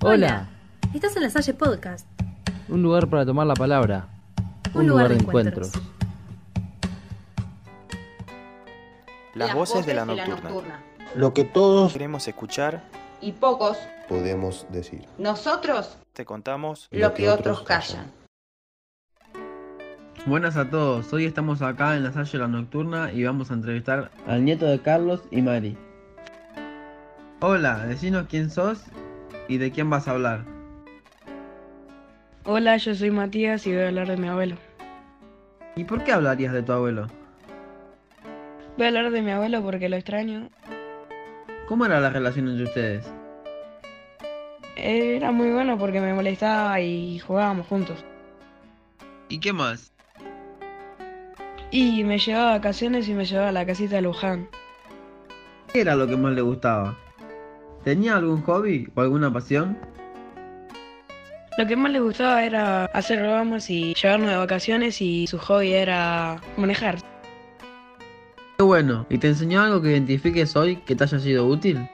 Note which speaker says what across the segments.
Speaker 1: Hola.
Speaker 2: Estás en la Salle Podcast,
Speaker 1: Un lugar para tomar la palabra.
Speaker 2: un, lugar, de encuentros.
Speaker 3: Las, voces, de la nocturna.
Speaker 4: Lo que todos
Speaker 3: Queremos escuchar,
Speaker 5: y pocos,
Speaker 4: podemos decir.
Speaker 5: nosotros,
Speaker 3: te contamos.
Speaker 5: lo, que, otros callan.
Speaker 6: Buenas a todos, hoy estamos acá en la Salle La Nocturna y vamos a entrevistar al nieto de Carlos y Mari. Hola, decinos quién sos y de quién vas a hablar.
Speaker 7: Hola, yo soy Matías y voy a hablar de mi abuelo.
Speaker 6: ¿Y por qué hablarías de tu abuelo?
Speaker 7: Voy a hablar de mi abuelo porque lo extraño.
Speaker 6: ¿Cómo era la relación entre ustedes?
Speaker 7: Él era muy bueno porque me molestaba y jugábamos juntos.
Speaker 6: ¿Y qué más?
Speaker 7: Y me llevaba a vacaciones y me llevaba a la casita de Luján.
Speaker 6: ¿Qué era lo que más le gustaba? ¿Tenía algún hobby o alguna pasión?
Speaker 7: Lo que más le gustaba era hacer bromas y llevarnos de vacaciones y su hobby era manejar.
Speaker 6: Qué bueno, ¿y te enseñó algo que identifiques hoy que te haya sido útil?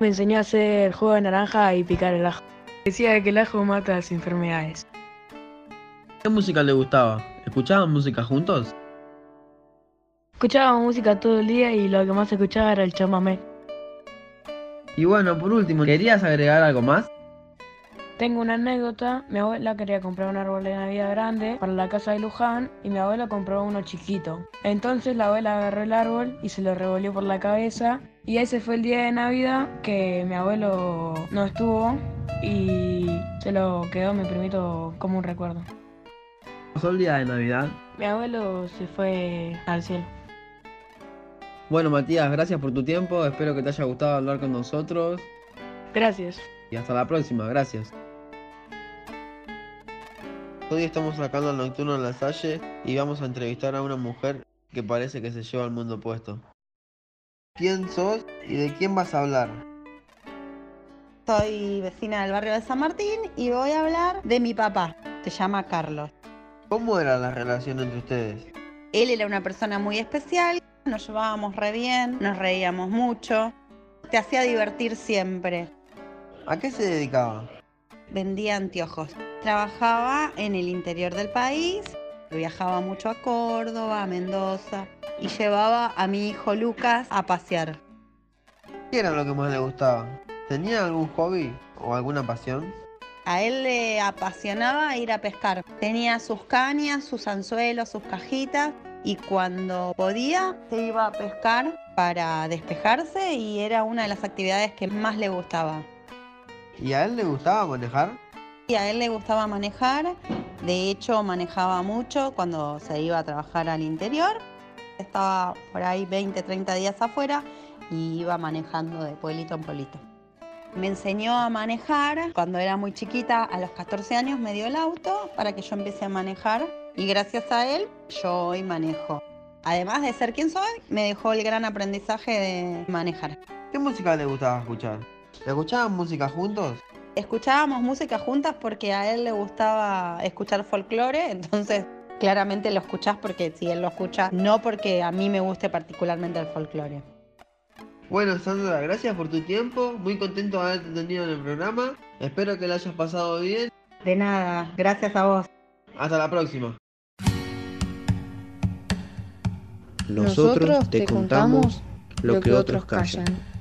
Speaker 7: Me enseñó a hacer jugo de naranja y picar el ajo. Decía que el ajo mata las enfermedades.
Speaker 6: ¿Qué música le gustaba? ¿Escuchaban música juntos?
Speaker 7: Escuchaba música todo el día y lo que más escuchaba era el chamamé.
Speaker 6: Y bueno, por último, ¿querías agregar algo más?
Speaker 7: Tengo una anécdota, mi abuela quería comprar un árbol de Navidad grande para la casa de Luján y mi abuelo compró uno chiquito. Entonces la abuela agarró el árbol y se lo revolvió por la cabeza y ese fue el día de Navidad que mi abuelo no estuvo y se lo quedó mi primito como un recuerdo.
Speaker 6: Pasó el día de Navidad.
Speaker 7: Mi abuelo se fue al cielo.
Speaker 6: Bueno, Matías, gracias por tu tiempo. Espero que te haya gustado hablar con nosotros.
Speaker 7: Gracias.
Speaker 6: Y hasta la próxima, gracias. Hoy estamos sacando al nocturno en la Salle y vamos a entrevistar a una mujer que parece que se lleva al mundo puesto. ¿Quién sos y de quién vas a hablar?
Speaker 8: Soy vecina del barrio de San Martín y voy a hablar de mi papá. Se llama Carlos.
Speaker 6: ¿Cómo era la relación entre ustedes?
Speaker 8: Él era una persona muy especial, nos llevábamos re bien, nos reíamos mucho, te hacía divertir siempre.
Speaker 6: ¿A qué se dedicaba?
Speaker 8: Vendía anteojos, trabajaba en el interior del país, viajaba mucho a Córdoba, a Mendoza y llevaba a mi hijo Lucas a pasear.
Speaker 6: ¿Qué era lo que más le gustaba? ¿Tenía algún hobby o alguna pasión?
Speaker 8: A él le apasionaba ir a pescar. Tenía sus cañas, sus anzuelos, sus cajitas y cuando podía se iba a pescar para despejarse y era una de las actividades que más le gustaba.
Speaker 6: ¿Y a él le gustaba manejar?
Speaker 8: Y a él le gustaba manejar, de hecho manejaba mucho cuando se iba a trabajar al interior. Estaba por ahí 20, 30 días afuera y iba manejando de pueblito en pueblito. Me enseñó a manejar cuando era muy chiquita, a los 14 años me dio el auto para que yo empecé a manejar y gracias a él yo hoy manejo. Además de ser quien soy, me dejó el gran aprendizaje de manejar.
Speaker 6: ¿Qué música le gustaba escuchar? ¿Escuchaban música juntos?
Speaker 8: Escuchábamos música juntas porque a él le gustaba escuchar folclore, entonces claramente lo escuchás porque si él lo escucha, no porque a mí me guste particularmente el folclore.
Speaker 6: Bueno, Sandra, gracias por tu tiempo. Muy contento de haberte tenido en el programa. Espero que lo hayas pasado bien.
Speaker 8: De nada, gracias a vos.
Speaker 6: Hasta la próxima.
Speaker 4: Nosotros te contamos lo que otros callan.